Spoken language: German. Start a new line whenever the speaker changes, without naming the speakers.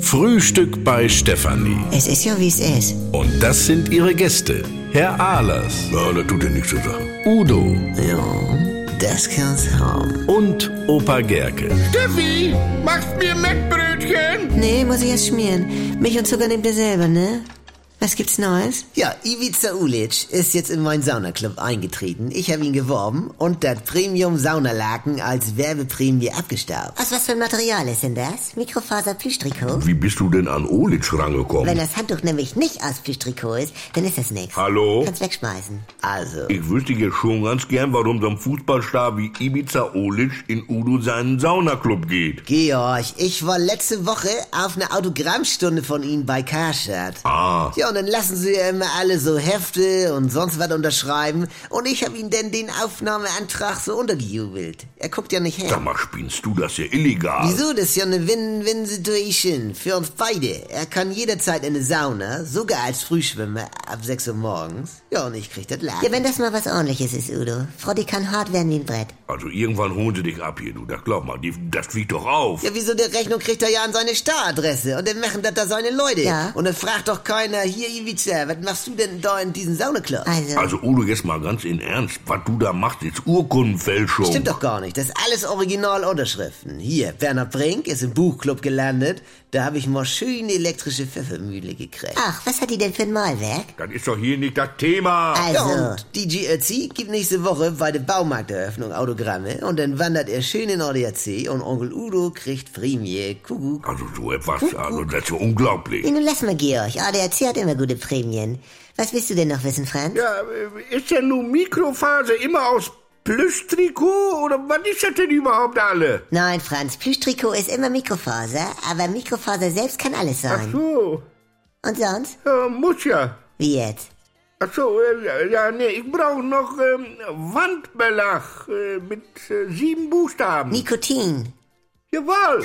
Frühstück bei Stefanie.
Es ist ja, wie es ist.
Und das sind ihre Gäste. Herr Ahlers. Ja, da tut er nichts zu sagen. Udo
Ja, das kann's haben.
und Opa Gerke.
Steffi, machst mir Mettbrötchen?
Nee, muss ich erst schmieren. Milch und Zucker nehmt ihr selber, ne? Was gibt's Neues?
Ja, Ivica Ulic ist jetzt in meinen Saunaclub eingetreten. Ich habe ihn geworben und das Premium Saunalaken als Werbeprämie abgestaubt.
Aus was für ein Material ist denn das? Mikrofaser Plüschtrikot?
Wie bist du denn an Olitsch rangekommen?
Wenn das Handtuch nämlich nicht aus Plüschtrikot ist, dann ist das nichts.
Hallo?
Kannst wegschmeißen.
Also,
Ich wüsste jetzt schon ganz gern, warum so ein Fußballstar wie Ibiza Olic in Udo seinen Saunaclub geht.
Georg, ich war letzte Woche auf einer Autogrammstunde von ihm bei Karstadt.
Ah,
Ja, und dann lassen sie ja immer alle so Hefte und sonst was unterschreiben. Und ich habe ihm denn den Aufnahmeantrag so untergejubelt. Er guckt ja nicht
sag
her.
mal, spinnst du das ja illegal?
Wieso? Das ist ja eine Win-Win-Situation für uns beide. Er kann jederzeit in eine Sauna, sogar als Frühschwimmer ab 6 Uhr morgens. Ja, und ich krieg das
Ja,
Lachen.
wenn das mal was ordentliches ist, Udo. Froddy kann hart werden wie ein Brett.
Also irgendwann holen sie dich ab hier, du. Das glaub mal, die, das fliegt doch auf.
Ja, wieso der Rechnung kriegt er ja an seine Staradresse und dann machen das da seine Leute.
Ja.
Und dann fragt doch keiner, hier Ivica, was machst du denn da in diesem Saunaclub?
Also,
Also Udo, jetzt mal ganz in Ernst, was du da machst, ist Urkundenfälschung.
Stimmt doch gar nicht. Das ist alles Originalunterschriften. Hier, Werner Brink ist im Buchclub gelandet. Da habe ich mal schön elektrische Pfeffermühle gekriegt.
ach, was hat die denn für ein Malwerk?
Das ist doch hier nicht das Thema.
Ja,
Also,
und DJ Ötzi gibt nächste Woche bei der Baumarkteröffnung Autogramme und dann wandert er schön in ADAC und Onkel Udo kriegt Prämie. Kuckuck.
Also so etwas, also das ist ja unglaublich.
nee, nun lass mal Georg. ADAC hat immer gute Prämien. Was willst du denn noch wissen, Franz?
Ja, ist denn nun Mikrofaser immer aus Plüschtrikot oder was ist das denn überhaupt alle?
Nein, Franz, Plüschtrikot ist immer Mikrofaser, aber Mikrofaser selbst kann alles sein.
So,
Und sonst?
äh, muss ja.
Wie jetzt?
Ach so, äh, ja, nee, ich brauche noch ähm, Wandbelag äh, mit äh, sieben Buchstaben.
Nikotin.
Jawohl.